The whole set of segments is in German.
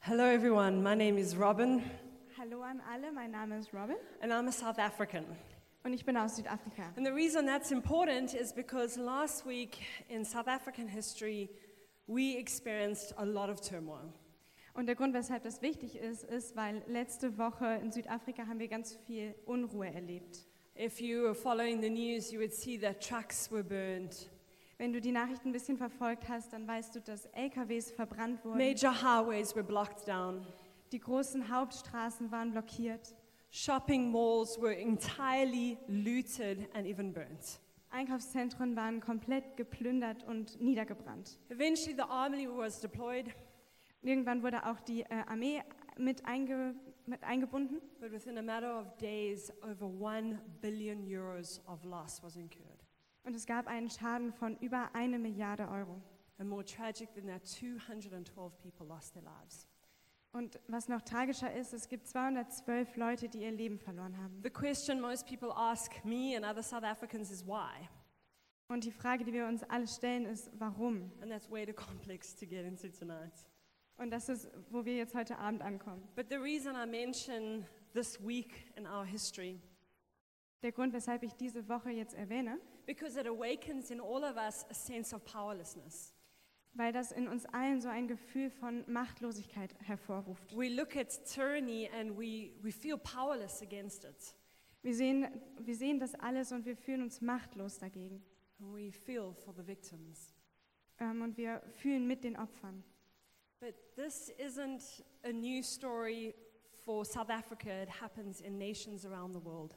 Hello, everyone. My name is Robin, Hallo an alle, mein Name ist Robin and I'm a South African. und ich bin aus Südafrika. And the reason that's important is because last week in South African history, we experienced a lot of turmoil. Und der Grund, weshalb das wichtig ist, ist, weil letzte Woche in Südafrika haben wir ganz viel Unruhe erlebt. If you were following the news, you would see that trucks were burned, Wenn du die Nachrichten ein bisschen verfolgt hast, dann weißt du, dass LKWs verbrannt wurden, major highways were blocked down, die großen Hauptstraßen waren blockiert, shopping malls were entirely looted and even burnt. Einkaufszentren waren komplett geplündert und niedergebrannt. Eventually, the army was deployed, Irgendwann wurde auch die äh, Armee mit, einge mit eingebunden, but within a matter of days, over 1 billion euros of loss was incurred. und es gab einen Schaden von über eine Milliarde Euro. And more tragic than that, 212 people lost their lives. Und was noch tragischer ist, es gibt 212 Leute, die ihr Leben verloren haben. The question most people ask me and other South Africans is why? Und die Frage, die wir uns alle stellen, ist, warum? And that's way too complex to get into tonight. Und das ist, wo wir jetzt heute Abend ankommen. But the reason I mention this week in our history, Der Grund, weshalb ich diese Woche jetzt erwähne, because it awakens in all of us a sense of powerlessness. weil das in uns allen so ein Gefühl von Machtlosigkeit hervorruft. We look at tyranny and we, we feel powerless against it. Wir sehen, wir sehen das alles und wir fühlen uns machtlos dagegen. And we feel for the victims. Ähm, und wir fühlen mit den Opfern. But this isn't a new story for South Africa, it happens in nations around the world.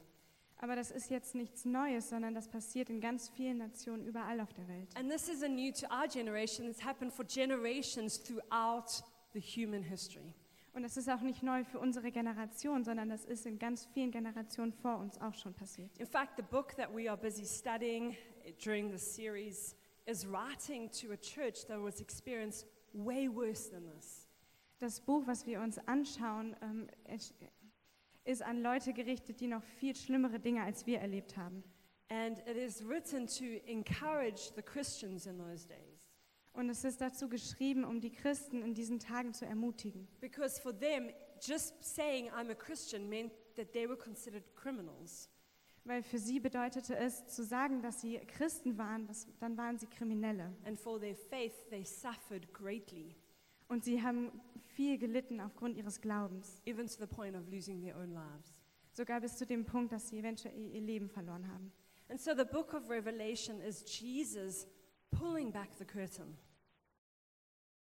Aber das ist jetzt nichts Neues, sondern das passiert in ganz vielen Nationen überall auf der Welt. And this isn't new to our generation. It's happened for generations throughout the human history. Und das ist auch nicht neu für unsere Generation, sondern das ist in ganz vielen Generationen vor uns auch schon passiert. In fact, the book that we are busy studying during this series is writing to a church that was experienced way worse than this. Das Buch, was wir uns anschauen, ähm, es- ist an Leute gerichtet, die noch viel schlimmere Dinge als wir erlebt haben. And it is written to encourage the Christians in those days. Und es ist dazu geschrieben, um die Christen in diesen Tagen zu ermutigen. Because for them, just saying I'm a Christian meant that they were considered criminals. Weil für sie bedeutete es, zu sagen, dass sie Christen waren, das, dann waren sie Kriminelle. And for their faith, they suffered greatly, Und sie haben viel gelitten aufgrund ihres Glaubens. even to the point of losing their own lives. Sogar bis zu dem Punkt, dass sie eventuell ihr Leben verloren haben. And so the book of Revelation is Jesus pulling back the curtain.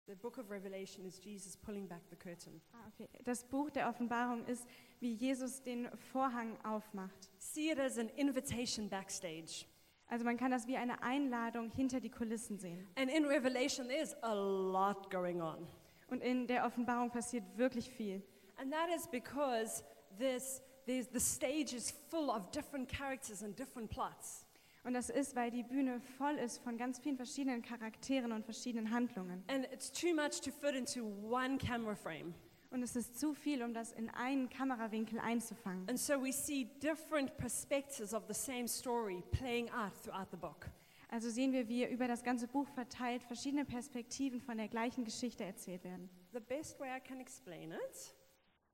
The book of Revelation is Jesus pulling back the curtain. Ah, okay. Das Buch der Offenbarung ist, wie Jesus den Vorhang aufmacht. See it as an invitation backstage. Also man kann das wie eine Einladung hinter die Kulissen sehen. And in Revelation, there's a lot going on. Und in der Offenbarung passiert wirklich viel. And that is because this, there's, the stage is full of different characters and different plots. Und das ist, weil die Bühne voll ist von ganz vielen verschiedenen Charakteren und verschiedenen Handlungen. And it's too much to fit into one camera frame. Und es ist zu viel, um das in einen Kamerawinkel einzufangen. And so we see different perspectives of the same story playing out throughout the book. Also sehen wir, wie über das ganze Buch verteilt verschiedene Perspektiven von der gleichen Geschichte erzählt werden. The best way I can explain it,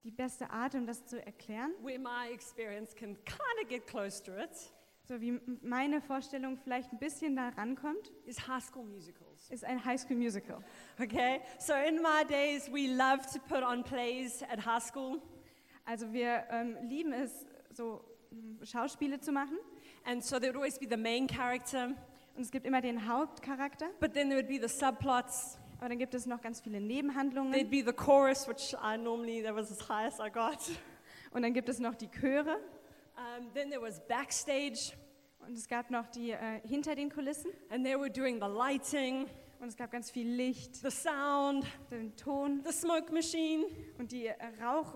Die beste Art, um das zu erklären, where my experience can kind of get close to it, so wie m- meine Vorstellung vielleicht ein bisschen da rankommt, is high school musicals. ist ein High School Musical. Okay? So in my days, we loved to put on plays at high school, Also wir ähm, lieben es, so mh, Schauspiele zu machen. and so there would always be the main character, Und es gibt immer den Hauptcharakter, but then there would be the subplots. aber dann gibt es noch ganz viele Nebenhandlungen. There'd be the chorus, which I normally, that was as high as I got. Und dann gibt es noch die Chöre. Um, then there was backstage, Und es gab noch die äh, hinter den Kulissen. and they were doing the lighting, Und es gab ganz viel Licht, the sound, den Ton the smoke machine. und die äh,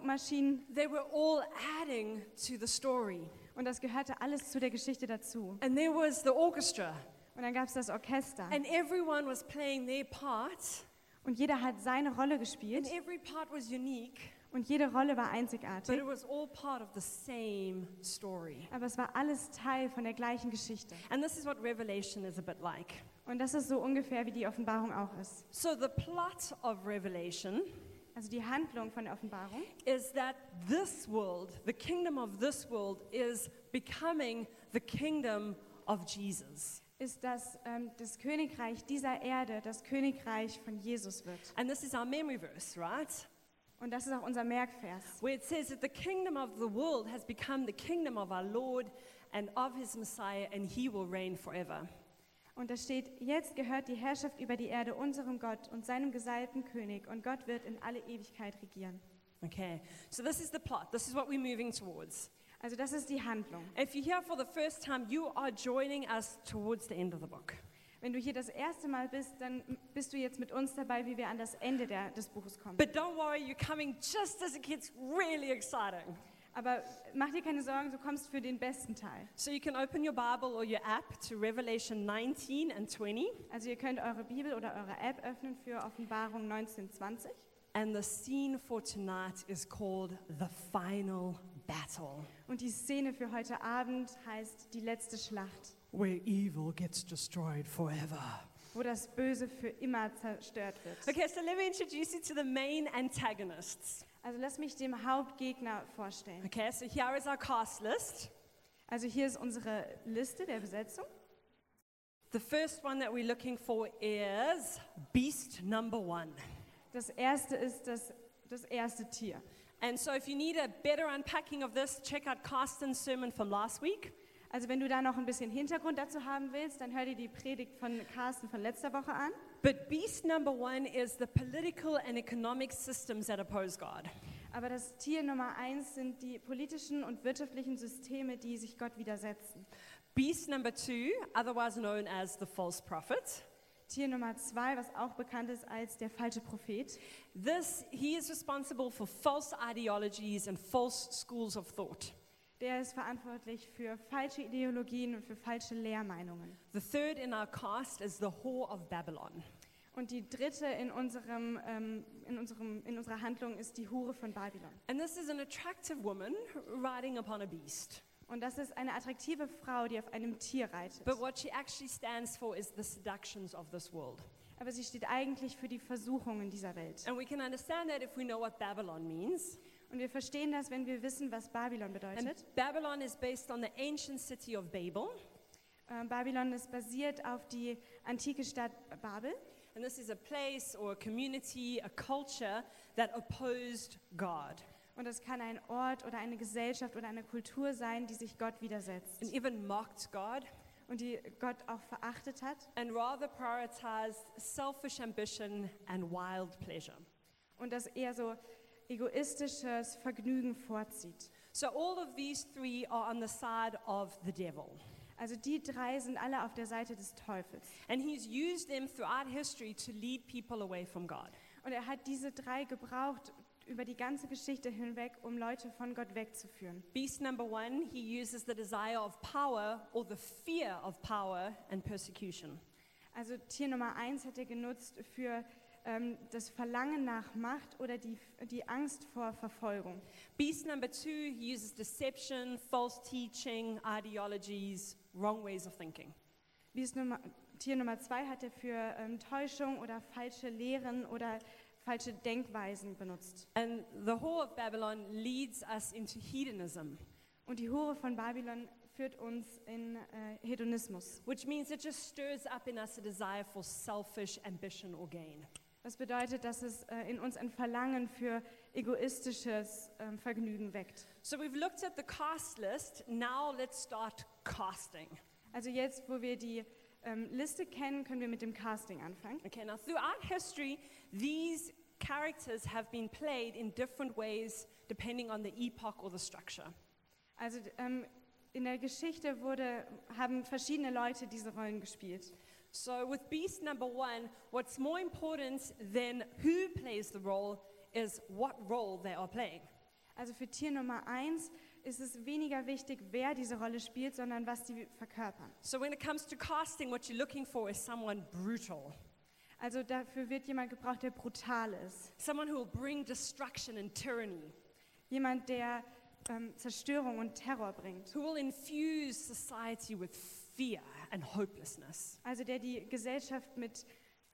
Rauchmaschinen. They were all adding to the story. Und das gehörte alles zu der Geschichte dazu. And there was the orchestra. Und dann gab es das Orchester. And everyone was playing their part, Und jeder hat seine Rolle and gespielt. every part was unique, Und jede Rolle war but einzigartig. it was all part of the same story. Aber es war alles Teil von der gleichen Geschichte. And this is what Revelation is a bit like. Und das ist so ungefähr, wie die Offenbarung auch ist. So, the plot of Revelation also die Handlung von der Offenbarung, is that this world, the kingdom of this world, is becoming the kingdom of Jesus. ist, dass ähm, das Königreich dieser Erde das Königreich von Jesus wird. And this is our memory verse, right? Und das ist auch unser Merkvers. Where it says that the kingdom of the world has become the kingdom of our Lord and of his Messiah, and he will reign forever. Und da steht, jetzt gehört die Herrschaft über die Erde unserem Gott und seinem gesalbten König und Gott wird in alle Ewigkeit regieren. Okay, so this is the plot. This is what we're moving towards. Also das ist die Handlung. If you're here for the first time, you are joining us towards the end of the book. Wenn du hier das erste Mal bist, dann bist du jetzt mit uns dabei, wie wir an das Ende der, des Buches kommen. But don't worry, you're coming just as it gets really exciting. Aber mach dir keine Sorgen, du kommst für den besten Teil. So you can open your Bible or your app to Revelation 19 and 20, Also ihr könnt eure Bibel oder eure App öffnen für Offenbarung 1920. and the scene for tonight is called the final battle, Und die Szene für heute Abend heißt die letzte Schlacht, where evil gets destroyed forever. wo das Böse für immer zerstört wird. Okay, so let me introduce you to the main antagonists. Also lass mich dem Hauptgegner vorstellen. Okay, so here is our cast list. Also hier ist unsere Liste der Besetzung. The first one that we're looking for is beast number one. Das erste ist das, das erste Tier. And so, if you need a better unpacking of this, check out Carsten's sermon from last week. Also wenn du da noch ein bisschen Hintergrund dazu haben willst, dann hör dir die Predigt von Carsten von letzter Woche an. But beast number one is the political and economic systems that oppose God. Aber das Tier Nummer eins sind die politischen und wirtschaftlichen Systeme, die sich Gott widersetzen. Beast number two, otherwise known as the false prophet, Tier Nummer zwei, was auch bekannt ist als der falsche Prophet. this he is responsible for false ideologies and false schools of thought. Der ist verantwortlich für falsche Ideologien und für falsche Lehrmeinungen. The third in our cast is the whore of Babylon. Und die dritte in, unserem, ähm, in, unserem, in unserer Handlung ist die Hure von Babylon. And this is an attractive woman riding upon a beast. Und das ist eine attraktive Frau, die auf einem Tier reitet. But what she actually stands for is the seductions of this world. Aber sie steht eigentlich für die Versuchungen dieser Welt. And we can understand that if we know what Babylon means. Und wir verstehen das, wenn wir wissen, was Babylon And bedeutet. Babylon is based on the ancient city of Babel. Ähm, Babylon ist basiert auf die antike Stadt Babel. And this is a place or a community, a culture that opposed God. Und das kann ein Ort oder eine Gesellschaft oder eine Kultur sein, die sich Gott widersetzt And even mocked God. und die Gott auch verachtet hat And rather prioritized selfish ambition and wild pleasure. und das eher so egoistisches Vergnügen vorzieht. So all of these three are on the side of the devil. Also die drei sind alle auf der Seite des Teufels. And he's used them throughout history to lead people away from God. Und er hat diese drei gebraucht über die ganze Geschichte hinweg, um Leute von Gott wegzuführen. Beast number one, he uses the desire of power or the fear of power and persecution. Also Tier Nummer eins hat er genutzt für ähm, das Verlangen nach Macht oder die, die Angst vor Verfolgung. Beast number two, he uses deception, false teaching, ideologies, wrong ways of thinking. Biest Nummer, Tier Nummer zwei hat er für ähm, Täuschung oder falsche Lehren oder falsche Denkweisen benutzt. And the whore of Babylon leads us into hedonism, Und die Hure von Babylon führt uns in äh, Hedonismus. which means it just stirs up in us a desire for selfish ambition or gain. Das bedeutet, dass es äh, in uns ein Verlangen für egoistisches ähm, Vergnügen weckt. So we've looked at the cast list. Now let's start casting. Also jetzt, wo wir die ähm, Liste kennen, können wir mit dem Casting anfangen. Okay, now throughout history, these characters have been played in different ways depending on the epoch or the structure. Also d- ähm, in der Geschichte wurde, haben verschiedene Leute diese Rollen gespielt. So, with Beast number one, what's more important than who plays the role is what role they are playing. Also für Tier Nummer eins ist es weniger wichtig, wer diese Rolle spielt, sondern was die verkörpern. So, when it comes to casting, what you're looking for is someone brutal, Also dafür wird jemand gebraucht, der brutal ist. someone who will bring destruction and tyranny, Jemand, der ähm, Zerstörung und Terror bringt. who will infuse society with fear and hopelessness. Also der die Gesellschaft mit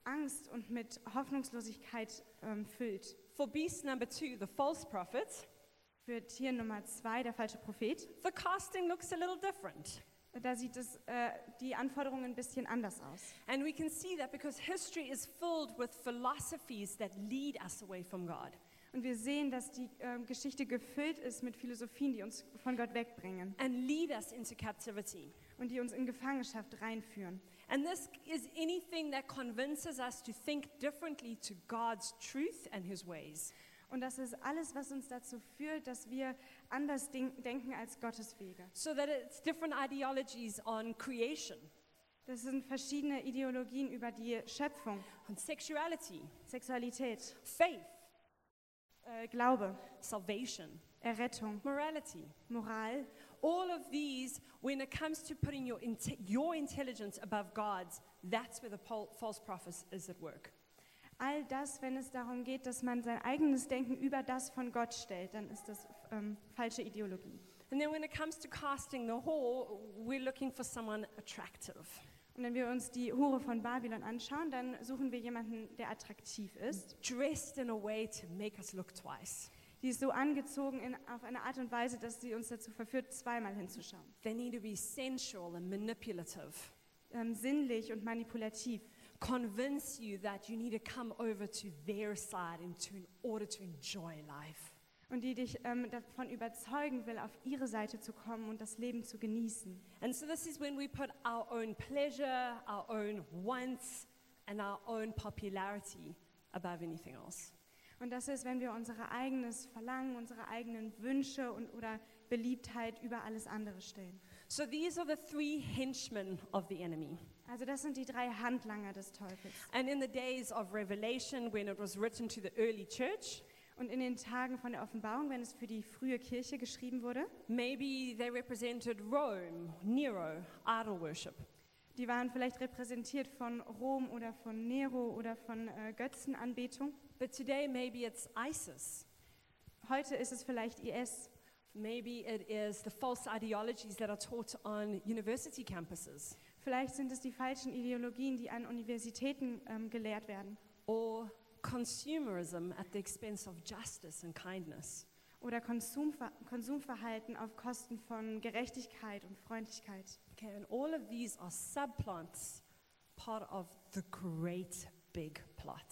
Angst und mit Hoffnungslosigkeit ähm, füllt. For beast number two, the false prophet, Für Tier Nummer zwei, der falsche Prophet, the casting looks a little different. da sieht es äh, die Anforderungen ein bisschen anders aus. And we can see that because history is filled with philosophies that lead us away from God. Und wir sehen, dass die ähm, Geschichte gefüllt ist mit Philosophien, die uns von Gott wegbringen and lead us into captivity. und die uns in Gefangenschaft reinführen. And this is anything that convinces us to think differently to God's truth and his ways. Und das ist alles, was uns dazu führt, dass wir anders denk- denken als Gottes Wege. So that it's different ideologies on creation, Das sind verschiedene Ideologien über die Schöpfung, on sexuality, Sexualität, faith, äh, Glaube, salvation, Errettung, morality. Moral. All of these, when it comes to putting your, inte- your intelligence above God's, that's where the pol- false prophet is at work. All das, wenn es darum geht, dass man sein eigenes Denken über das von Gott stellt, dann ist das ähm, falsche Ideologie. And then when it comes to casting the whore, we're looking for someone attractive. Und wenn wir uns die Hure von Babylon anschauen, dann suchen wir jemanden, der attraktiv ist. dressed in a way to make us look twice. Die ist so angezogen in, auf eine Art und Weise, dass sie uns dazu verführt, zweimal hinzuschauen. They need to be sensual and manipulative, Ähm, sinnlich und manipulativ. convince you that you need to come over to their side in, to, in order to enjoy life. Und die dich ähm, davon überzeugen will, auf ihre Seite zu kommen und das Leben zu genießen. And so, this is when we put our own pleasure, our own wants, and our own popularity above anything else. Und das ist, wenn wir unser eigenes Verlangen, unsere eigenen Wünsche und oder Beliebtheit über alles andere stellen. So, these are the three henchmen of the enemy. Also das sind die drei Handlanger des Teufels. And in the days of Revelation, when it was written to the early church, Und in den Tagen von der Offenbarung, wenn es für die frühe Kirche geschrieben wurde, maybe they represented Rome, Nero, idol worship. die waren vielleicht repräsentiert von Rom oder von Nero oder von äh, Götzenanbetung. But today, maybe it's ISIS. Heute ist es vielleicht IS Maybe it is the false ideologies that are taught on university campuses Vielleicht sind es die falschen Ideologien, die an Universitäten ähm, gelehrt werden. or consumerism at the expense of justice and kindness. Oder Konsumver Konsumverhalten auf Kosten von Gerechtigkeit und Freundlichkeit. Okay, and all of these are subplants, part of the great big plot.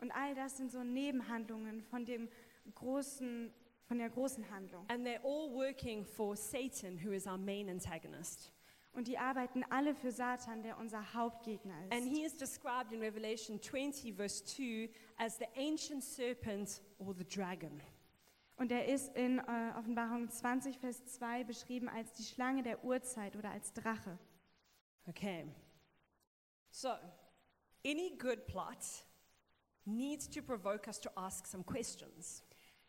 Und all das sind so Nebenhandlungen von, dem großen, von der großen Handlung. And they're all working for Satan, who is our main antagonist. Und die arbeiten alle für Satan, der unser Hauptgegner And ist. he is described in Revelation 20, verse 2, as the ancient serpent or the dragon. Und er ist in äh, Offenbarung 20, Vers 2 beschrieben als die Schlange der Urzeit oder als Drache. Okay. So, any good plot needs to provoke us to ask some questions.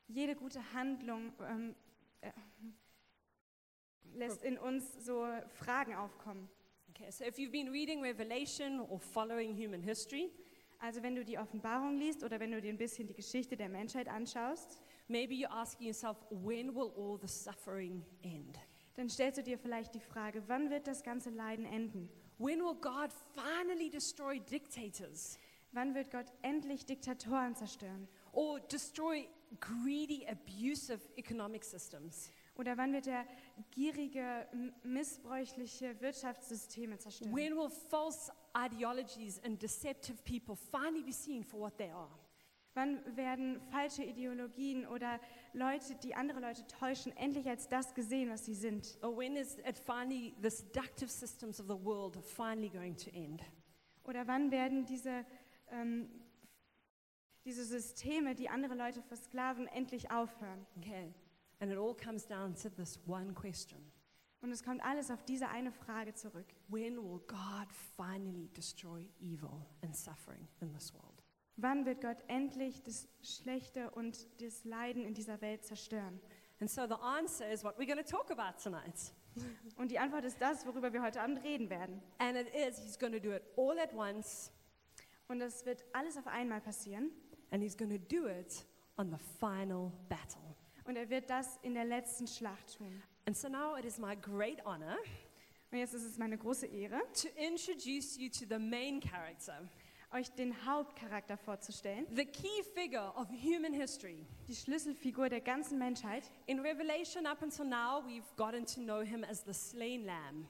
Jede gute Handlung ähm, äh, lässt in uns so Fragen aufkommen. Okay, so if you've been reading Revelation or following human history, Also wenn du die Offenbarung liest oder wenn du dir ein bisschen die Geschichte der Menschheit anschaust, maybe you're asking yourself, when will all the suffering end? dann stellst du dir vielleicht die Frage, wann wird das ganze Leiden enden? When will God finally destroy dictators Wann wird Gott endlich Diktatoren zerstören? or destroy greedy, abusive economic systems? Oder wann wird er gierige, m- missbräuchliche Wirtschaftssysteme zerstören? When will false ideologies and deceptive people finally be seen for what they are? Wann werden falsche Ideologien oder Leute, die andere Leute täuschen, endlich als das gesehen, was sie sind? Or when is it finally the seductive systems of the world finally going to end? Oder wann werden diese, ähm, diese Systeme, die andere Leute versklaven, endlich aufhören? Okay. And it all comes down to this one question. Und es kommt alles auf diese eine Frage zurück. When will God finally destroy evil and suffering in this world? Wann wird Gott endlich das Schlechte und das Leiden in dieser Welt zerstören? And so the answer is what we're going to talk about tonight. Und die Antwort ist das, worüber wir heute Abend reden werden. And it is he's going to do it all at once Und das wird alles auf einmal passieren. and he's going to do it on the final battle. Und er wird das in der letzten Schlacht tun. And so now it is my great honor Und jetzt ist es meine große Ehre, to introduce you to the main character, euch den Hauptcharakter vorzustellen, the key figure of human history. die Schlüsselfigur der ganzen Menschheit. In Revelation, up until now, we've gotten to know him as the slain lamb.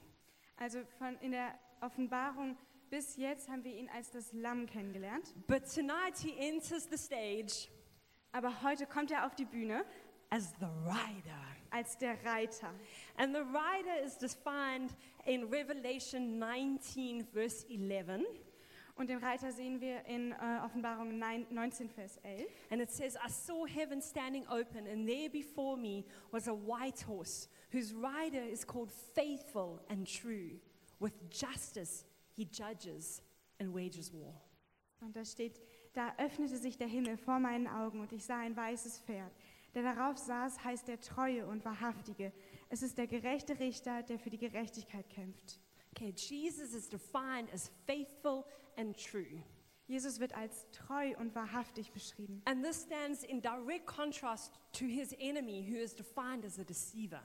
Also von in der Offenbarung bis jetzt haben wir ihn als das Lamm kennengelernt. But tonight, he enters the stage Aber heute kommt er auf die Bühne as the rider. als der Reiter. And the rider is defined in Revelation 19, verse 11. Und den Reiter sehen wir in äh, Offenbarung 9, 19, Vers 11. And it says, I saw heaven standing open, and there before me was a white horse, whose rider is called Faithful and True. With justice he judges and wages war. Und da steht, da öffnete sich der Himmel vor meinen Augen und ich sah ein weißes Pferd. Der darauf saß, heißt der Treue und Wahrhaftige. Es ist der gerechte Richter, der für die Gerechtigkeit kämpft. Okay, Jesus is defined as faithful and true. Jesus wird als treu und wahrhaftig beschrieben. And this stands in direct contrast to his enemy, who is defined as a deceiver.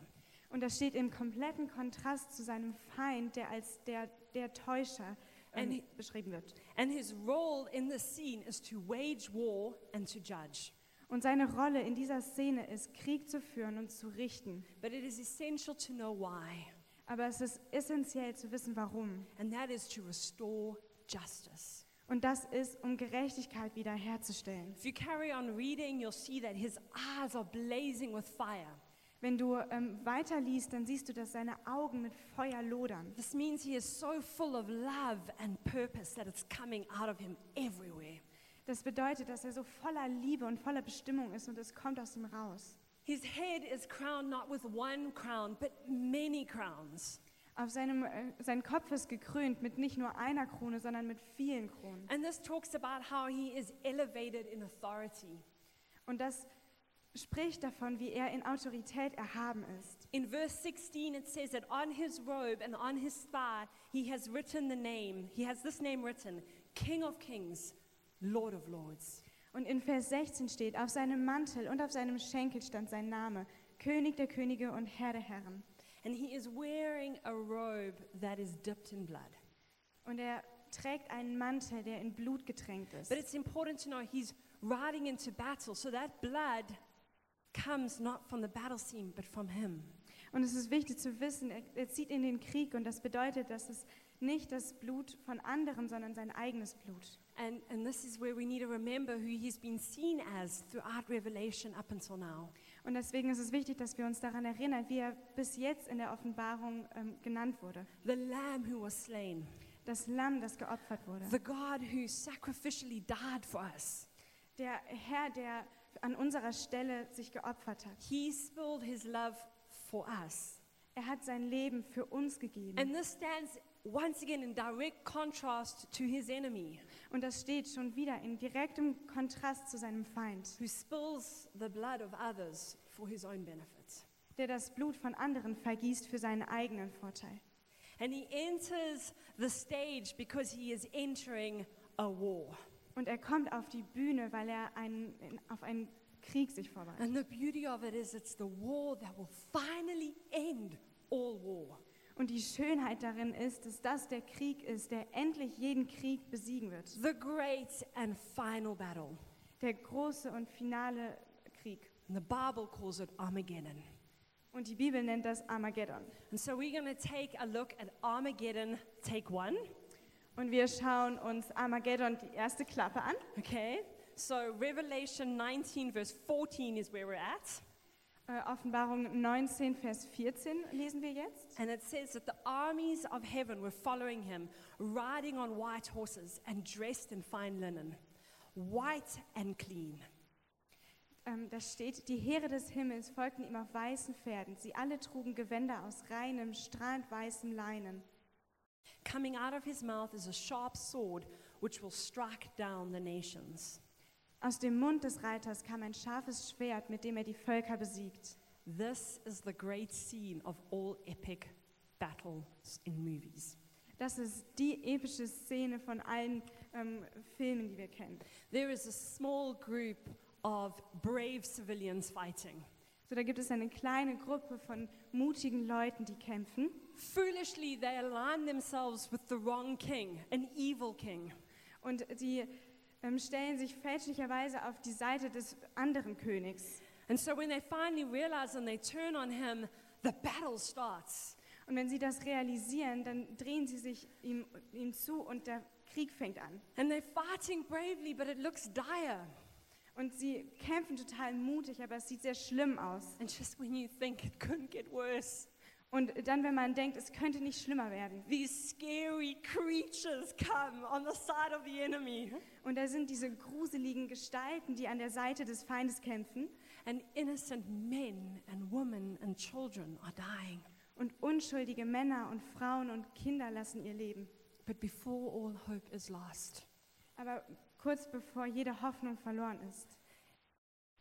Und das steht im kompletten Kontrast zu seinem Feind, der als der, der Täuscher ähm, Eine- beschrieben wird. And his role in this scene is to wage war and to judge. Und seine Rolle in dieser Szene ist, Krieg zu führen und zu richten. But it is essential to know why, Aber es ist essentiell zu wissen, warum. and that is to restore justice. Und das ist, um Gerechtigkeit wiederherzustellen. If you carry on reading, you'll see that his eyes are blazing with fire. Wenn du ähm, weiterliest, dann siehst du, dass seine Augen mit Feuer lodern. This means he is so full of love and purpose that it's coming out of him everywhere. Das bedeutet, dass er so voller Liebe und voller Bestimmung ist und es kommt aus ihm raus. His head is crowned not with one crown, but many crowns. Auf seinem, äh, sein Kopf ist gekrönt mit nicht nur einer Krone, sondern mit vielen Kronen. And this talks about how he is elevated in authority. Und das spricht davon, wie er in Autorität erhaben ist. In verse 16, it says that on his robe and on his thigh, he has written the name, he has this name written King of Kings, Lord of Lords. Und in Vers 16 steht, auf seinem Mantel und auf seinem Schenkel stand sein Name, König der Könige und Herr der Herren. And he is wearing a robe that is dipped in blood. Und er trägt einen Mantel, der in Blut getränkt ist. But it's important to know he's riding into battle, so that blood comes not from the battle scene, but from him. Und es ist wichtig zu wissen, er, er zieht in den Krieg und das bedeutet, dass es nicht das Blut von anderen, sondern sein eigenes Blut. And, and this is where we need to remember who he's been seen as throughout Revelation up until now. Und deswegen ist es wichtig, dass wir uns daran erinnern, wie er bis jetzt in der Offenbarung ähm, genannt wurde. The lamb who was slain, Das Lamm, das geopfert wurde. the God who sacrificially died for us. Der Herr, der an unserer Stelle sich geopfert hat. He spilled his love for us. Er hat sein Leben für uns gegeben. And this stands once again in direct contrast to his enemy. Und das steht schon wieder in direktem Kontrast zu seinem Feind, who spills the blood of others for his own benefit. der das Blut von anderen vergießt für seinen eigenen Vorteil. And he enters the stage because he is entering a war. Und er kommt auf die Bühne, weil er einen, auf einen Krieg sich vorbereitet. And the beauty of it is it's the war that will finally end all war. Und die Schönheit darin ist, dass das der Krieg ist, der endlich jeden Krieg besiegen wird. The great and final battle. Der große und finale Krieg. And the Bible calls it Armageddon. Und die Bibel nennt das Armageddon. And so we're going to take a look at Armageddon, take one. Und wir schauen uns Armageddon die erste Klappe an. Okay? So Revelation 19, verse 14 is where we're at. Äh, Offenbarung 19, Vers 14 lesen wir jetzt. And it says that the armies of heaven were following him, riding on white horses and dressed in fine linen, white and clean. Ähm, da steht, die Heere des Himmels folgten ihm auf weißen Pferden. Sie alle trugen Gewänder aus reinem, strahlend weißem Leinen. Coming out of his mouth is a sharp sword which will strike down the nations. Aus dem Mund des Reiters kam ein scharfes Schwert, mit dem er die Völker besiegt. This is the great scene of all epic battles in movies. Das ist die epische Szene von allen ähm, Filmen, die wir kennen. There is a small group of brave civilians fighting. So, da gibt es eine kleine Gruppe von mutigen Leuten, die kämpfen. Foolishly, they align themselves with the wrong king, an evil king. und sie ähm, stellen sich fälschlicherweise auf die Seite des anderen Königs. And so when they finally realize and they turn on him, the battle starts. Und wenn sie das realisieren, dann drehen sie sich ihm, ihm zu und der Krieg fängt an. And they're fighting bravely, but it looks dire. Und sie kämpfen total mutig, aber es sieht sehr schlimm aus. And just when you think it couldn't get worse, Und dann, wenn man denkt, es könnte nicht schlimmer werden. these scary creatures come on the side of the enemy. Und da sind diese gruseligen Gestalten, die an der Seite des Feindes kämpfen. And innocent men and women and children are dying. Und unschuldige Männer und Frauen und Kinder lassen ihr Leben. But before all hope is lost, Aber kurz bevor jede Hoffnung verloren ist,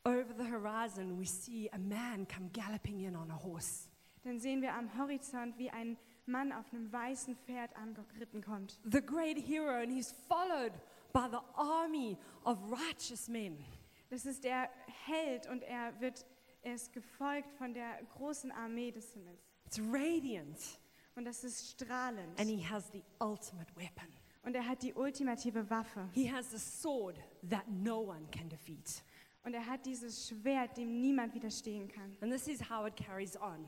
over the horizon we see a man come galloping in on a horse. dann sehen wir am Horizont, wie ein Mann auf einem weißen Pferd angeritten kommt. The great hero, and he's followed by the army of righteous men. Das ist der Held und er wird er ist gefolgt von der großen Armee des Himmels. It's radiant, Und das ist strahlend. and he has the ultimate weapon. Und er hat die ultimative Waffe. He has the sword that no one can defeat. Und er hat dieses Schwert, dem niemand widerstehen kann. And this is how it carries on.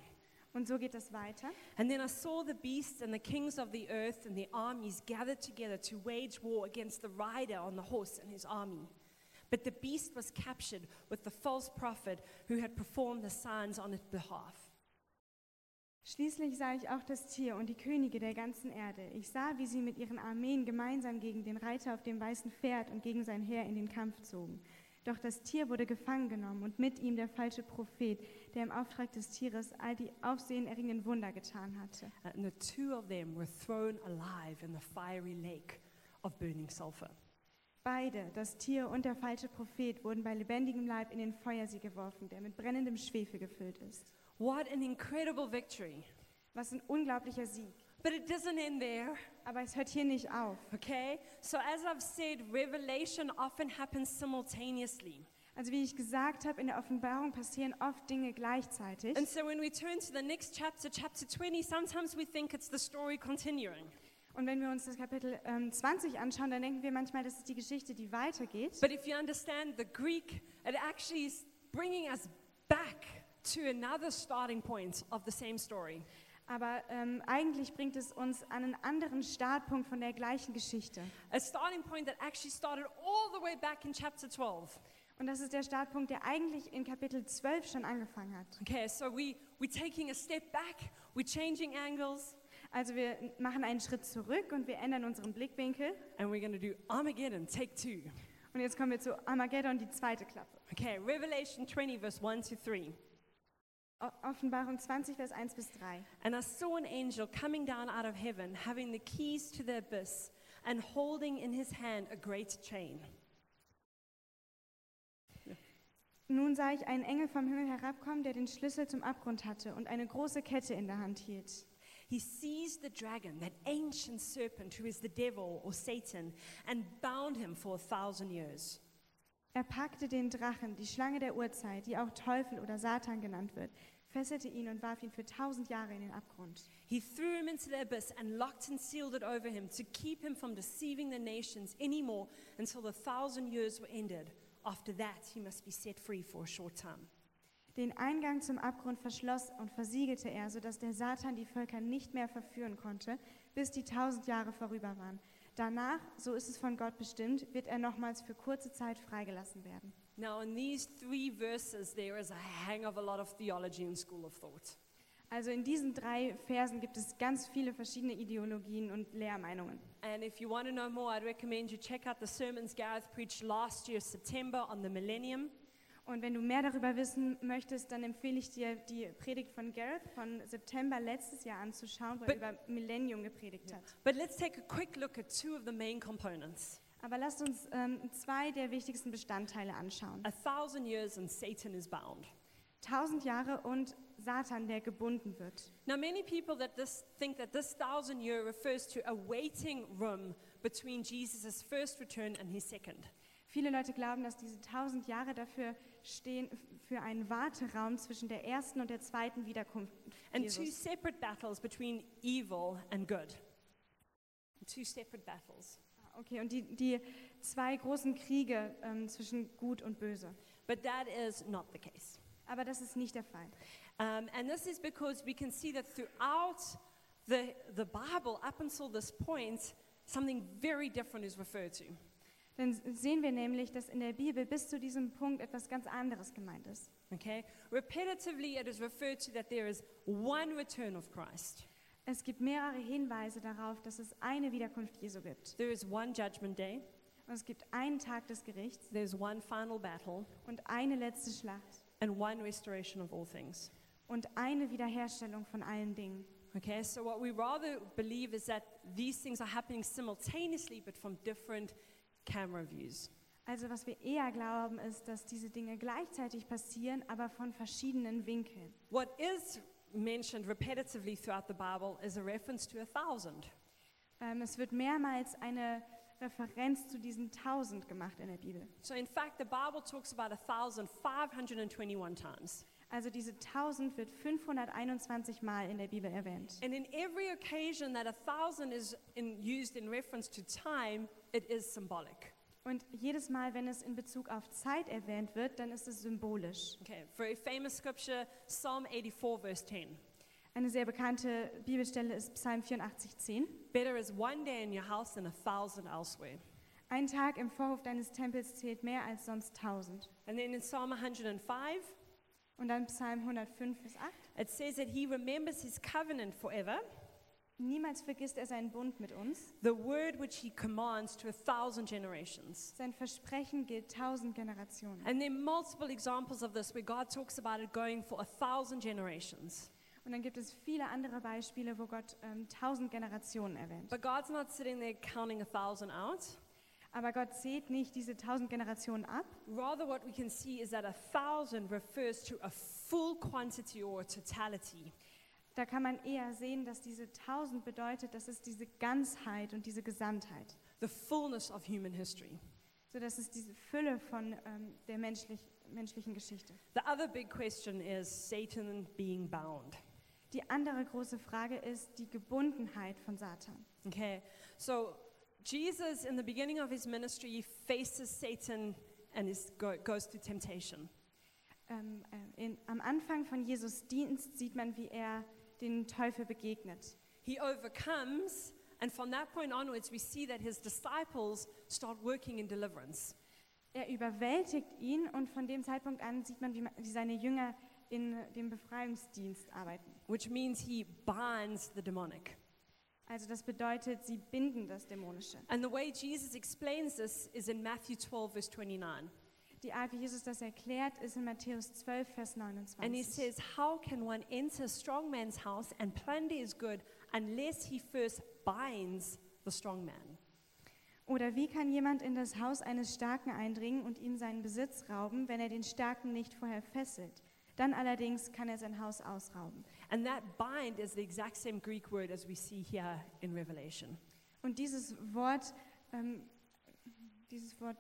Und so geht das weiter. And then I saw the beast and the kings of the earth and the armies gathered together to wage war against the rider on the horse and his army. But the beast was captured with the false prophet who had performed the signs on its behalf. Schließlich sah ich auch das Tier und die Könige der ganzen Erde. Ich sah, wie sie mit ihren Armeen gemeinsam gegen den Reiter auf dem weißen Pferd und gegen sein Heer in den Kampf zogen. Doch das Tier wurde gefangen genommen und mit ihm der falsche Prophet, der im Auftrag des Tieres all die aufsehenerregenden Wunder getan hatte. And the two of them were thrown alive in the fiery lake of burning sulfur. Beide, das Tier und der falsche Prophet, wurden bei lebendigem Leib in den Feuersee geworfen, der mit brennendem Schwefel gefüllt ist. What an incredible victory! Was ein unglaublicher Sieg. But it doesn't end there. Aber es hört hier nicht auf. Okay? So, as I've said, revelation often happens simultaneously. Also wie ich gesagt habe, in der Offenbarung passieren oft Dinge gleichzeitig. And so, when we turn to the next chapter, chapter 20, sometimes we think it's the story continuing. Und wenn wir uns das Kapitel ähm, 20 anschauen, dann denken wir manchmal, das ist die Geschichte, die weitergeht. But if you understand the Greek, it actually is bringing us back to another starting point of the same story. Aber ähm, eigentlich bringt es uns an einen anderen Startpunkt von der gleichen Geschichte. A starting point that actually started all the way back in chapter 12. Und das ist der Startpunkt, der eigentlich in Kapitel 12 schon angefangen hat. Okay, so we, we're taking a step back, we're changing angles, Also wir machen einen Schritt zurück und wir ändern unseren Blickwinkel. and we're going to do Armageddon, take two. Und jetzt kommen wir zu Armageddon, die zweite Klappe. Okay, Revelation 20, verse 1 to 3. O Offenbarung 20, Vers 1 bis 3. And I saw an angel coming down out of heaven, having the keys to the abyss, and holding in his hand a great chain. Nun sah ich einen Engel vom Himmel herabkommen, der den Schlüssel zum Abgrund hatte und eine große Kette in der Hand hielt. He seized the dragon, that ancient serpent who is the devil or Satan, and bound him for a thousand years. Er packte den Drachen, die Schlange der Urzeit, die auch Teufel oder Satan genannt wird, fesselte ihn und warf ihn für tausend Jahre in den Abgrund. He threw him into the abyss and locked and sealed it over him to keep him from deceiving the nations anymore until the thousand years were ended. After that, he must be set free for a short time. Den Eingang zum Abgrund verschloss und versiegelte er, sodass der Satan die Völker nicht mehr verführen konnte, bis die tausend Jahre vorüber waren. Danach, so ist es von Gott bestimmt, wird er nochmals für kurze Zeit freigelassen werden. Now, in these three verses, there is a hang of a lot of theology and school of thought. Also in diesen drei Versen gibt es ganz viele verschiedene Ideologien und Lehrmeinungen. And if you want to know more, I'd recommend you check out the sermons Gareth preached last year, September, on the millennium. Und wenn du mehr darüber wissen möchtest, dann empfehle ich dir die Predigt von Gareth von September letztes Jahr anzuschauen, wo er But- über Millennium gepredigt hat. But let's take a quick look at two of the main components Aber lasst uns ähm, zwei der wichtigsten Bestandteile anschauen. a thousand years and Satan is bound. Tausend Jahre und Satan, der gebunden wird. Now, many people that this think that this thousand year refers to a waiting room between Jesus' first return and his second. Viele Leute glauben, dass diese tausend Jahre dafür stehen, für einen Warteraum zwischen der ersten und der zweiten Wiederkunft And two Jesus. separate battles between evil and good. Two separate battles. Ah, Okay, und die, die zwei großen Kriege ähm, zwischen Gut und Böse. But that is not the case. Aber das ist nicht der Fall. Um, and this is because we can see that throughout the, the Bible, up until this point, something very different is referred to. Dann sehen wir nämlich, dass in der Bibel bis zu diesem Punkt etwas ganz anderes gemeint ist. Okay? Repetitively, it is referred to that there is one return of Christ, Es gibt mehrere Hinweise darauf, dass es eine Wiederkunft Jesu gibt. there is one judgment day, Und es gibt einen Tag des Gerichts there's one final battle, und eine letzte Schlacht and one restoration of all things. und eine Wiederherstellung von allen Dingen. Okay, so what we rather believe is that these things are happening simultaneously but from different camera views. Also was wir eher glauben, ist, dass diese Dinge gleichzeitig passieren, aber von verschiedenen Winkeln. What is mentioned repetitively throughout the Bible is a reference to a thousand. Ähm, es wird mehrmals eine Referenz zu diesen 1000 gemacht in der Bibel. So, in fact, the Bible talks about a thousand five hundred and twenty-one times. Also diese 1000 wird 521 Mal in der Bibel erwähnt. And in every occasion that a thousand is in, used in reference to time, it is symbolic. Und jedes Mal, wenn es in Bezug auf Zeit erwähnt wird, dann ist es symbolisch. Okay, very famous scripture, Psalm 84, verse 10. Eine sehr bekannte Bibelstelle ist Psalm 84,10. Better is one day in your house than a thousand elsewhere. Ein Tag im Vorhof deines Tempels zählt mehr als sonst 1000. And then in Psalm 105, Und dann Psalm 105 bis 8. it says that he remembers his covenant forever, Niemals vergisst er seinen Bund mit uns. the word which he commands to a thousand generations. Sein Versprechen gilt tausend Generationen. And there are multiple examples of this where God talks about it going for a thousand generations. Und dann gibt es viele andere Beispiele, wo Gott ähm, tausend Generationen erwähnt. But God's not sitting there counting a thousand out. Aber Gott zählt nicht diese tausend Generationen ab, Rather, what we can see is that a thousand refers to a full quantity or a totality. Da kann man eher sehen, dass diese 1000 bedeutet, das ist diese Ganzheit und diese Gesamtheit. The fullness of human history. So, das ist diese Fülle von ähm, der menschlich, menschlichen Geschichte. The other big question is Satan being bound. Die andere große Frage ist die Gebundenheit von Satan. Okay, so Jesus, in the beginning of his ministry, faces Satan and is, go, goes through temptation. Ähm, äh, in, am Anfang von Jesus Dienst sieht man, wie er den Teufel begegnet. He overcomes, and from that point onwards, we see that his disciples start working in deliverance. Er überwältigt ihn und von dem Zeitpunkt an sieht man, wie, ma- wie seine Jünger in dem Befreiungsdienst arbeiten. which means he binds the demonic. Also das bedeutet, sie binden das Dämonische. And the way Jesus explains this is in Matthew 12, verse 29. Die Art, wie Jesus das erklärt, ist in Matthäus 12, Vers And he 29. says, How can one enter a strong man's house and plunder his good unless he first binds the strong man? Oder wie kann jemand in das Haus eines Starken eindringen und ihm seinen Besitz rauben, wenn er den Starken nicht vorher fesselt? Dann allerdings kann er sein Haus ausrauben. And that bind is the exact same Greek word as we see here in Revelation. Und dieses Wort, ähm, dieses Wort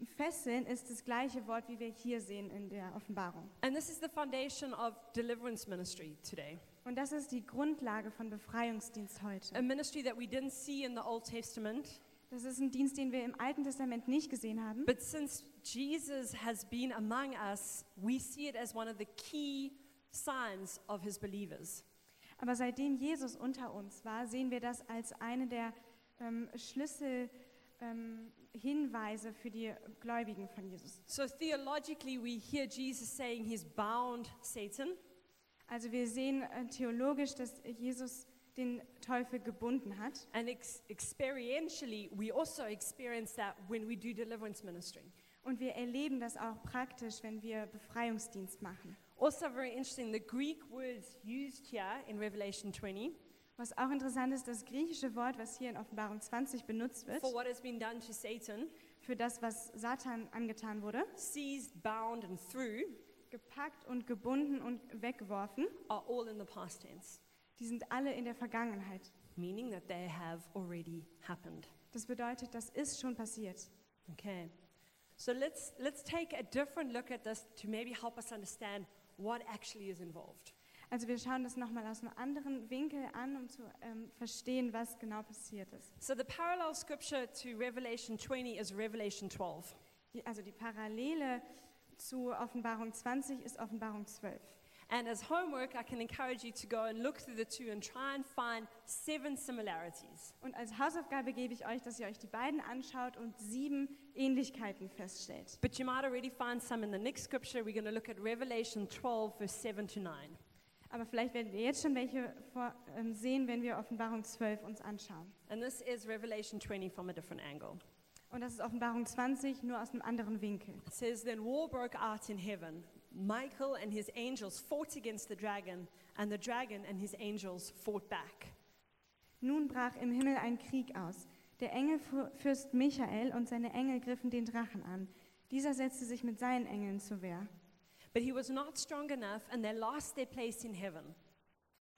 äh, fesseln ist das gleiche Wort, wie wir hier sehen in der Offenbarung. And this is the foundation of deliverance ministry today, Und das ist die Grundlage von Befreiungsdienst heute. a ministry that we didn't see in the Old Testament, Das ist ein Dienst, den wir im Alten Testament nicht gesehen haben. But since Jesus has been among us, we see it as one of the key signs of his believers. Aber seitdem Jesus unter uns war, sehen wir das als eine der ähm, Schlüsselhinweise ähm, Hinweise für die Gläubigen von Jesus. So theologically, we hear Jesus saying he's bound Satan. Also wir sehen äh, theologisch, dass Jesus den Teufel gebunden hat. And ex- experientially, we also experience that when we do deliverance ministry. Und wir erleben das auch praktisch, wenn wir Befreiungsdienst machen. Also, very interesting, the Greek words used here in Revelation 20 Was auch interessant ist, das griechische Wort, was hier in Offenbarung 20 benutzt wird, for what has been done to Satan, für das, was Satan angetan wurde, seized, bound, and through, gepackt und gebunden und weggeworfen, are all in the past tense, die sind alle in der Vergangenheit. meaning that they have already happened. Das bedeutet, das ist schon passiert. Okay. So let's let's take a different look at this to maybe help us understand what actually is involved. Also wir schauen das nochmal aus einem anderen Winkel an, um zu ähm, verstehen, was genau passiert ist. So the parallel scripture to Revelation 20 is Revelation 12. Die, also die Parallele zu Offenbarung 20 ist Offenbarung 12. And as homework, I can encourage you to go and look through the two and try and find seven similarities. Und als Hausaufgabe gebe ich euch, dass ihr euch die beiden anschaut und sieben Ähnlichkeiten feststellt. But you might already find some in the next scripture. We're going to look at Revelation 12, verse 7 to 9. Aber vielleicht werdet ihr jetzt schon welche vor, ähm, sehen, wenn wir Offenbarung 12 uns anschauen. And this is Revelation 20 from a different angle. Und das ist Offenbarung 20 nur aus einem anderen Winkel. It says, Then war broke out in heaven. Michael and his angels fought against the dragon, and the dragon and his angels fought back. Nun brach im Himmel ein Krieg aus. Der Engelfürst Michael und seine Engel griffen den Drachen an. Dieser setzte sich mit seinen Engeln zur Wehr. But he was not strong enough, and they lost their place in heaven.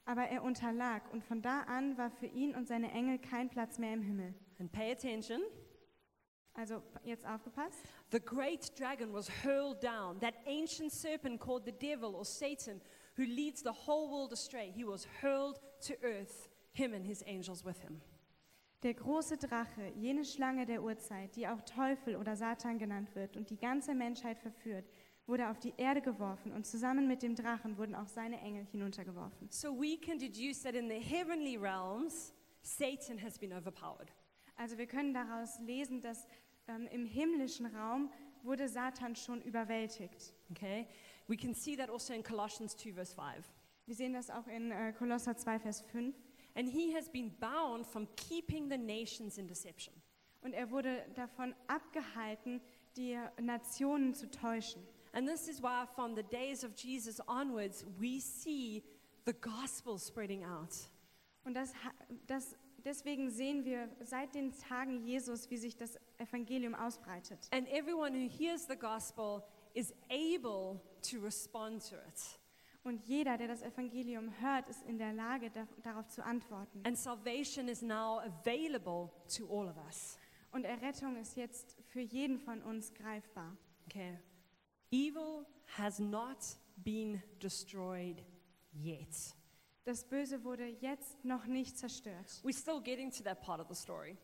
Aber er unterlag und von da an war für ihn und seine Engel kein Platz mehr im Himmel. And pay attention. Also jetzt aufgepasst. The great dragon was hurled down, that ancient serpent called the devil or Satan, who leads the whole world astray. He was hurled to earth, him and his angels with him. Der große Drache, jene Schlange der Urzeit, die auch Teufel oder Satan genannt wird und die ganze Menschheit verführt, wurde auf die Erde geworfen und zusammen mit dem Drachen wurden auch seine Engel hinuntergeworfen. So we can deduce that in the heavenly realms, Satan has been overpowered. Also wir können daraus lesen, dass ähm, im himmlischen Raum wurde Satan schon überwältigt. Okay? We can see that also in Colossians 2, verse 5. Wir sehen das auch in äh, Kolosser 2, Vers 5. And he has been bound from keeping the nations in deception. Und er wurde davon abgehalten, die Nationen zu täuschen. And this is why, from the days of Jesus onwards, we see the gospel spreading out. Und das, ha- das, deswegen sehen wir seit den Tagen Jesus, wie sich das Evangelium ausbreitet. And everyone who hears the gospel is able to respond to it. Und jeder, der das Evangelium hört, ist in der Lage, da, darauf zu antworten. And salvation is now available to all of us. Und Errettung ist jetzt für jeden von uns greifbar. Okay. Evil has not been destroyed yet. Das Böse wurde jetzt noch nicht zerstört. We're still getting to that part of the story.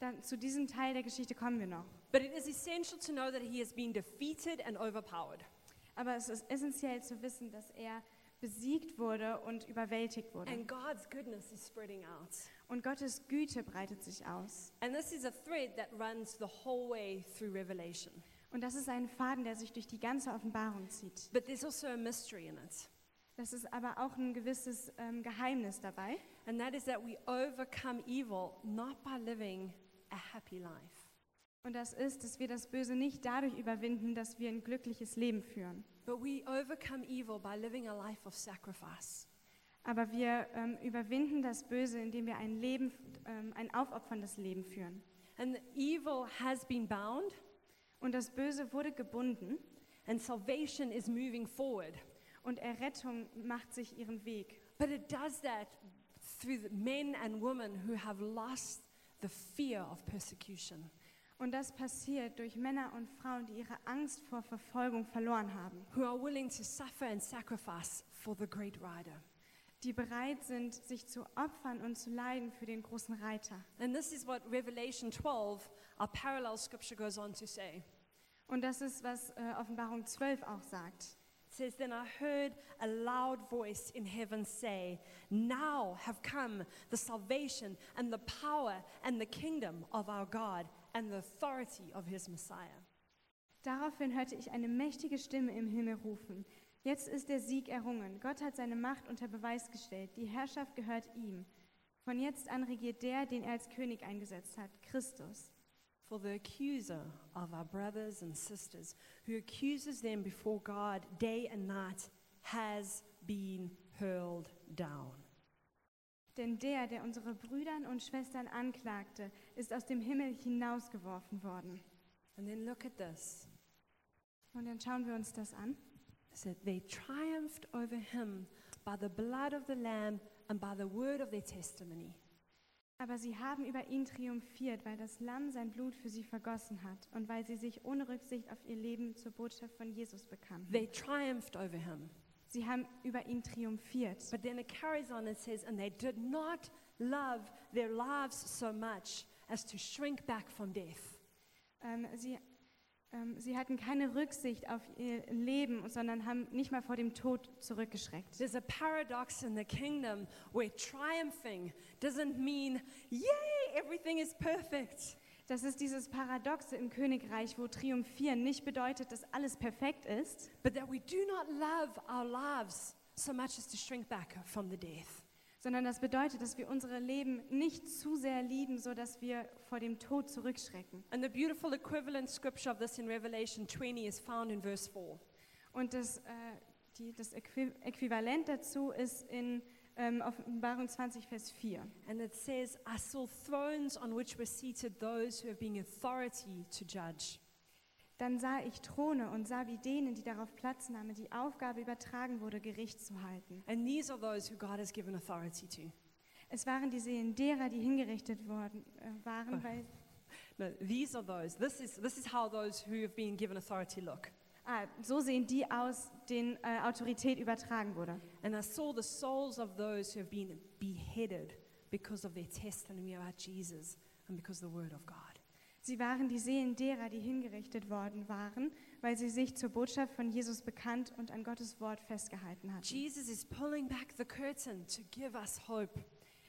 Dann, zu diesem Teil der Geschichte kommen wir noch. But it is essential to know that he has been defeated and overpowered. Aber es ist essentiell zu wissen, dass er besiegt wurde und überwältigt wurde. And God's goodness is spreading out. Und Gottes Güte breitet sich aus. And this is a thread that runs the whole way through Revelation. Und das ist ein Faden, der sich durch die ganze Offenbarung zieht. But there's also a mystery in it. Das ist aber auch ein gewisses ähm, Geheimnis dabei. And that is that we overcome evil not by living a happy life, Und das ist, dass wir das Böse nicht dadurch überwinden, dass wir ein glückliches Leben führen. but we overcome evil by living a life of sacrifice. Aber wir ähm, überwinden das Böse, indem wir ein, Leben, ähm, ein aufopferndes Leben führen. And evil has been bound, Und das Böse wurde gebunden and salvation is moving forward. und Errettung macht sich ihren Weg. But it does that through the men and women who have lost the fear of persecution. Und das passiert durch Männer und Frauen, die ihre Angst vor Verfolgung verloren haben, who are willing to suffer and sacrifice for the great rider. die bereit sind, sich zu opfern und zu leiden für den großen Reiter. And this is what Revelation 12, our parallel scripture, goes on to say. Und das ist, was äh, Offenbarung 12 auch sagt. It says, Then I heard a loud voice in heaven say, Now have come the salvation and the power and the kingdom of our God and the authority of his Messiah. Daraufhin hörte ich eine mächtige Stimme im Himmel rufen. Jetzt ist der Sieg errungen. Gott hat seine Macht unter Beweis gestellt. Die Herrschaft gehört ihm. Von jetzt an regiert der, den er als König eingesetzt hat, Christus. For the accuser of our brothers and sisters, who accuses them before God day and night, has been hurled down. Denn der, der unsere Brüder und Schwestern anklagte, ist aus dem Himmel hinausgeworfen worden. And then look at this. Und dann schauen wir uns das an. It said, They triumphed over him by the blood of the Lamb and by the word of their testimony. Aber sie haben über ihn triumphiert, weil das Lamm sein Blut für sie vergossen hat und weil sie sich ohne Rücksicht auf ihr Leben zur Botschaft von Jesus bekannten. They triumphed over him. Sie haben über ihn triumphiert. But then it carries on and says, and they did not love their lives so much as to shrink back from death. Ähm, sie, ähm, sie hatten keine Rücksicht auf ihr Leben, sondern haben nicht mal vor dem Tod zurückgeschreckt. There's a paradox in the kingdom where triumphing doesn't mean, yay, everything is perfect. Das ist dieses Paradoxe im Königreich, wo triumphieren nicht bedeutet, dass alles perfekt ist, But that we do not love our lives so much as to shrink back from the death. sondern das bedeutet, dass wir unsere Leben nicht zu sehr lieben, so dass wir vor dem Tod zurückschrecken. And the beautiful equivalent scripture of this in Revelation 20 is found in verse 4. Und das, äh, die, das Äqui Äquivalent dazu ist in ähm, Offenbarung 20, Vers 4. And it says, I saw thrones on which were seated those who have been authority to judge. Dann sah ich Throne und sah wie denen, die darauf Platz nahmen, die Aufgabe übertragen wurde, Gericht zu halten. And these are those who God has given authority to. Es waren die Seelen derer, die hingerichtet worden äh, waren, weil, No, these are those. This is, this is how those who have been given authority look. ah, so sehen die aus, denen äh, Autorität übertragen wurde. And I saw the souls of those who have been beheaded because of their testimony about Jesus and because of the word of God. Sie waren die Seelen derer, die hingerichtet worden waren, weil sie sich zur Botschaft von Jesus bekannt und an Gottes Wort festgehalten hatten. Jesus is pulling back the curtain to give us hope,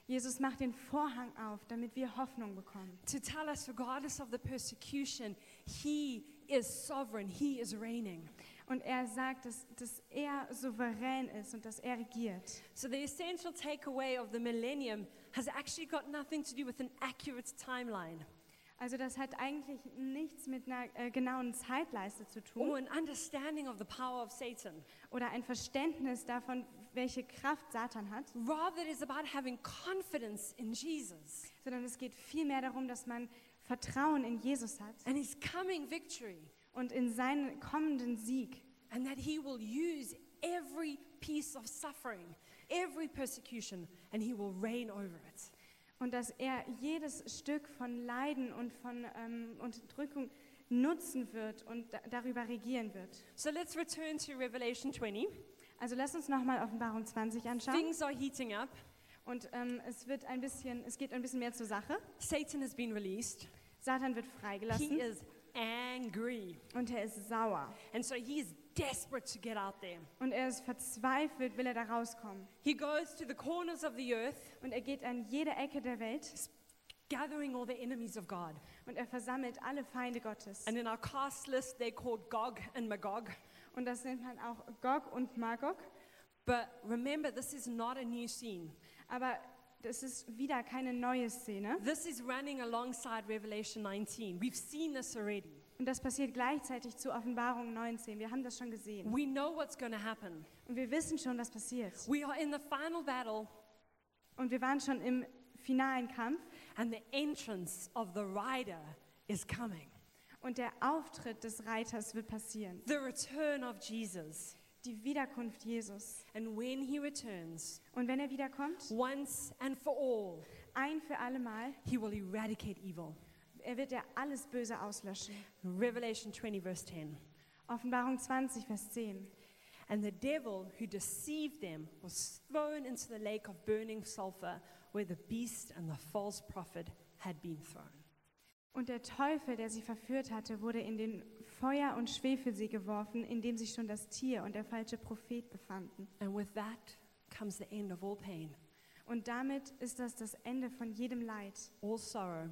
Jesus macht den Vorhang auf, damit wir Hoffnung bekommen. to tell us, regardless of the persecution, He is sovereign, He is reigning. Und er sagt, dass, dass er souverän ist und dass er regiert. So the essential takeaway of the millennium has actually got nothing to do with an accurate timeline Also das hat eigentlich nichts mit einer äh, genauen Zeitleiste zu or tun an understanding of the power of Satan. oder ein Verständnis davon, welche Kraft Satan hat, Rather, it is about having confidence in Jesus sondern es geht vielmehr darum, dass man Vertrauen in Jesus hat and his coming victory, und in seinen kommenden Sieg and that he will use every piece of suffering, every persecution, and he will reign over it. und dass er jedes Stück von Leiden und von ähm, Unterdrückung nutzen wird und da darüber regieren wird. So let's return to Revelation 20. Also lass uns nochmal Offenbarung 20 anschauen Things are heating up. und ähm, es wird ein bisschen, es geht ein bisschen mehr zur Sache. Satan has been released. Satan wird He freigelassen is angry. und er ist sauer. And so he is desperate to get out there. Und er ist verzweifelt, will er da rauskommen. He goes to the corners of the earth, Und er geht an jede Ecke der Welt gathering all the enemies of God. und er versammelt alle Feinde Gottes. And in our cast list, they're called Gog and Magog. Und das nennt man auch Gog und Magog. But remember, this is not a new scene. Aber das ist wieder keine neue Szene. This is running alongside Revelation 19. We've seen this already. Und das passiert gleichzeitig zu Offenbarung 19. Wir haben das schon gesehen. We know what's going to happen. Und wir wissen schon, was passiert. We are in the final battle Und wir waren schon im finalen Kampf. and the entrance of the rider is coming. Und der Auftritt des Reiters wird passieren. The return of Jesus. Die Wiederkunft Jesus. And when he returns, Und wenn er wiederkommt, once and for all, ein für alle Mal, he will eradicate evil. er wird er alles Böse auslöschen. Revelation 20, verse 10. Offenbarung 20, Vers 10. And the devil who deceived them was thrown into the lake of burning sulfur where the beast and the false prophet had been thrown. Und der Teufel, der sie verführt hatte, wurde in den Feuer- und Schwefelsee geworfen, in dem sich schon das Tier und der falsche Prophet befanden. And with that comes the end of all pain, Und damit ist das das Ende von jedem Leid, all sorrow,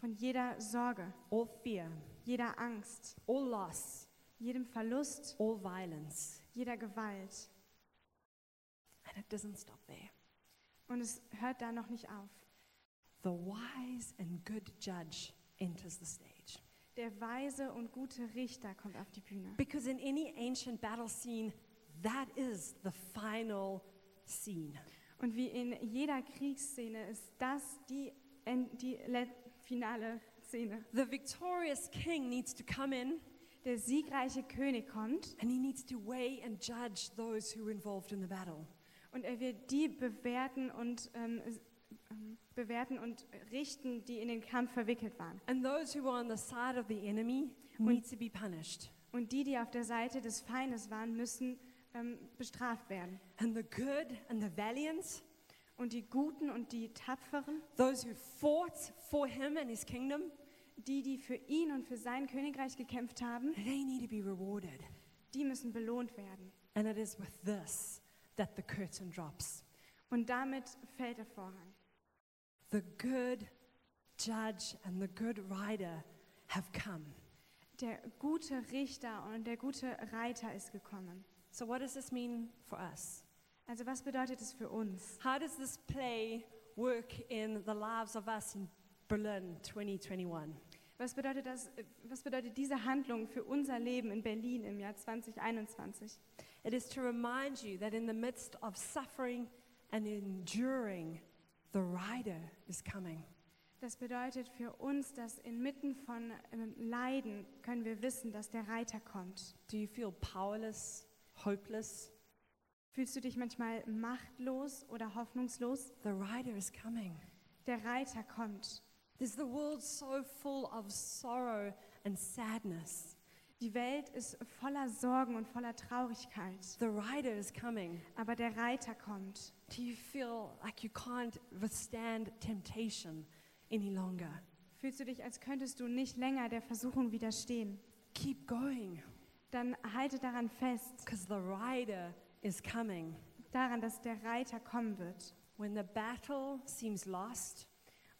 von jeder Sorge, all fear, jeder Angst, all loss, jedem Verlust, all violence. jeder Gewalt. And it doesn't stop there. Und es hört da noch nicht auf. The wise and good judge enters the stage. Der weise und gute Richter kommt auf die Bühne. Because in any ancient battle scene, that is the final scene. Und wie in jeder Kriegsszene ist das die, en- die le- finale Szene. The victorious king needs to come in Der siegreiche König kommt and he needs to weigh and judge those who were involved in the battle. Und er wird die bewerten und, ähm, s- ähm, bewerten und richten, die in den Kampf verwickelt waren. And those who were on the side Mm-hmm. of the enemy need to be punished. Und die, die auf der Seite des Feindes waren, müssen ähm, bestraft werden. And the good and the valiant, Und die Guten und die Tapferen, those who fought for him and his kingdom, die, die für ihn und für sein Königreich gekämpft haben, they need to be rewarded. die müssen belohnt werden. And it is with this that the curtain drops. Und damit fällt der Vorhang. The good judge and the good rider have come. Der gute Richter und der gute Reiter ist gekommen. So, what does this mean for us? Also was bedeutet es für uns? How does this play work in the lives of us in Berlin 2021? Was bedeutet, das, was bedeutet diese Handlung für unser Leben in Berlin im Jahr 2021? It is to remind you that in the midst of suffering and enduring, the rider is coming. Das bedeutet für uns, dass inmitten von ähm, Leiden können wir wissen, dass der Reiter kommt. Do you feel powerless, hopeless? Fühlst du dich manchmal machtlos oder hoffnungslos? The rider is coming. Der Reiter kommt. Is the world so full of sorrow and sadness? Die Welt ist voller Sorgen und voller Traurigkeit, The rider is coming. aber der Reiter kommt. Do you feel like you can't withstand temptation any longer? Fühlst du dich, als könntest du nicht länger der Versuchung widerstehen? Keep going Dann halte daran fest, because the rider is coming. daran, dass der Reiter kommen wird. When the battle seems lost,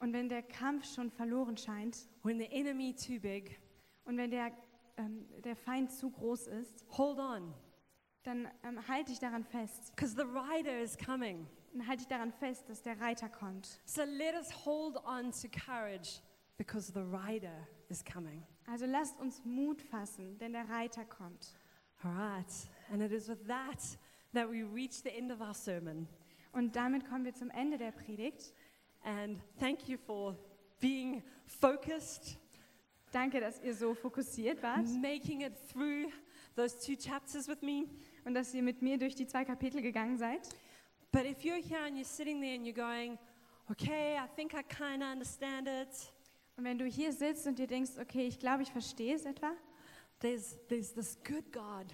Und wenn der Kampf schon verloren scheint when the enemy too big, und wenn der, ähm, der Feind zu groß ist, hold on dann ähm, halte ich daran fest. because the rider is coming. Dann halte ich daran fest, dass der Reiter kommt. So let us hold on to courage because the rider is coming. Also lasst uns Mut fassen, denn der Reiter kommt. All right. And it is with that that we reach the end of our sermon. Und damit kommen wir zum Ende der Predigt. And thank you for being focused, Danke, dass ihr so fokussiert wart making it through those two chapters with me. und dass ihr mit mir durch die zwei Kapitel gegangen seid. But if you're here and you're sitting there and you're going, okay, I think I kind of understand it, Und wenn du hier sitzt und dir denkst, okay, ich glaube, ich verstehe es etwa, there's, there's this good God,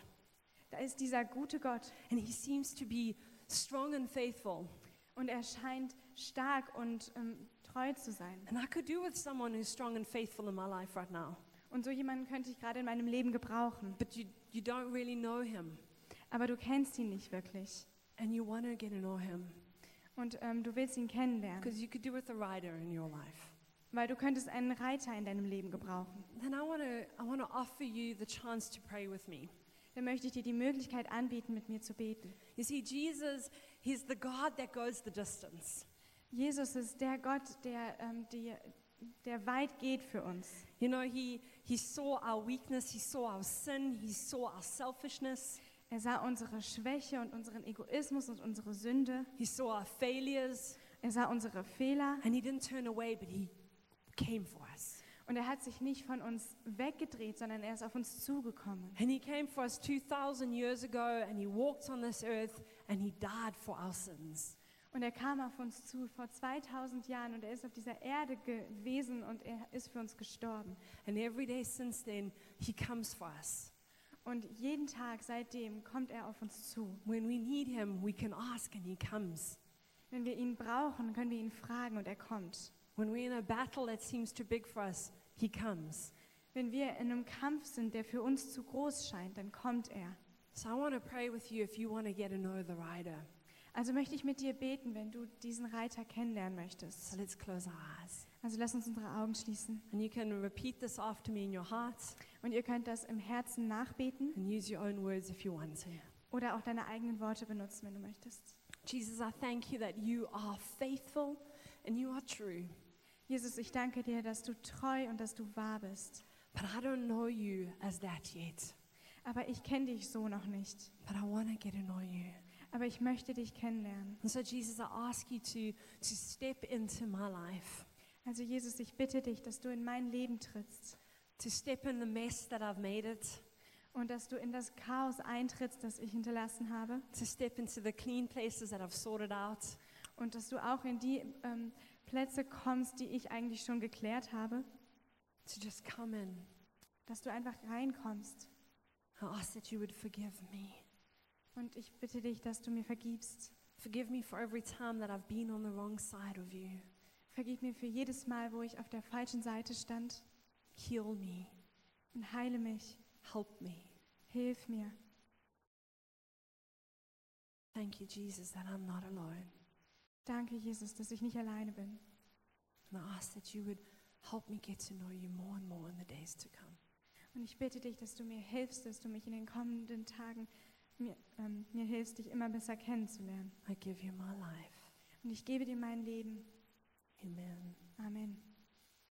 da ist dieser gute Gott and he seems to be strong and faithful. und er scheint stark und ähm, treu zu sein. And I could do with someone who's strong and faithful in my life right now. Und so jemanden könnte ich gerade in meinem Leben gebrauchen. But you, you don't really know him, Aber du kennst ihn nicht wirklich. and you want to get to know him Und ähm, du willst ihn kennenlernen, because you could do with a rider in your life. weil du könntest einen Reiter in deinem Leben gebrauchen. Then I want to I want to offer you the chance to pray with me. Dann möchte ich dir die Möglichkeit anbieten, mit mir zu beten. You see, Jesus, he's the God that goes the distance. Jesus ist der Gott, der, ähm, die, der weit geht für uns. You know, he he saw our weakness, he saw our sin, he saw our selfishness, Er sah unsere Schwäche und unseren Egoismus und unsere Sünde. he saw our failures, Er sah unsere Fehler and he didn't turn away, but he came for us. und er hat sich nicht von uns weggedreht, sondern er ist auf uns zugekommen. And he came for us 2000 years ago and he walked on this earth and he died for our sins. Und er kam auf uns zu vor 2000 Jahren und er ist auf dieser Erde gewesen und er ist für uns gestorben. And every day since then, he comes for us. Und jeden Tag seitdem kommt er auf uns zu. When we need him, we can ask and he comes. Wenn wir ihn brauchen, können wir ihn fragen und er kommt. When we're in a battle that seems too big for us, He comes. Wenn wir in einem Kampf sind, der für uns zu groß scheint, dann kommt er. So I want to pray with you if you want to get to know the rider. Also möchte ich mit dir beten, wenn du diesen Reiter kennenlernen möchtest. So let's close our eyes. Also lass uns unsere Augen schließen. And you can repeat this after me in your heart Und ihr könnt das im Herzen nachbeten and use your own words if you want to. oder auch deine eigenen Worte benutzen, wenn du möchtest. Jesus, I thank you that you are faithful and you are true. Jesus, ich danke dir, dass du treu und dass du wahr bist. But I don't know you as that yet. Aber ich kenne dich so noch nicht. But I want to get to know you. Aber ich möchte dich kennenlernen. And so, Jesus, I ask you to, to step into my life, Also Jesus, ich bitte dich, dass du in mein Leben trittst to step in the mess that I've made it, und dass du in das Chaos eintrittst, das ich hinterlassen habe to step into the clean places that I've sorted out. und dass du auch in die ähm, Plätze kommst, die ich eigentlich schon geklärt habe, to just come in. dass du einfach reinkommst. I ask that you would forgive me Und ich bitte dich, dass du mir vergibst. Forgive me for every time that I've been on the wrong side of you. Vergib mir für jedes Mal, wo ich auf der falschen Seite stand. Heal me. Und heile mich. Help me. Hilf mir. Thank you, Jesus, that I'm not alone. Danke, Jesus, dass ich nicht alleine bin. And I ask that you would help me get to know you more and more in the days to come. Und ich bitte dich, dass du mir hilfst, dass du mich in den kommenden Tagen mir, ähm, mir hilfst, dich immer besser kennenzulernen. I give you my life. Und ich gebe dir mein Leben. Amen. Amen.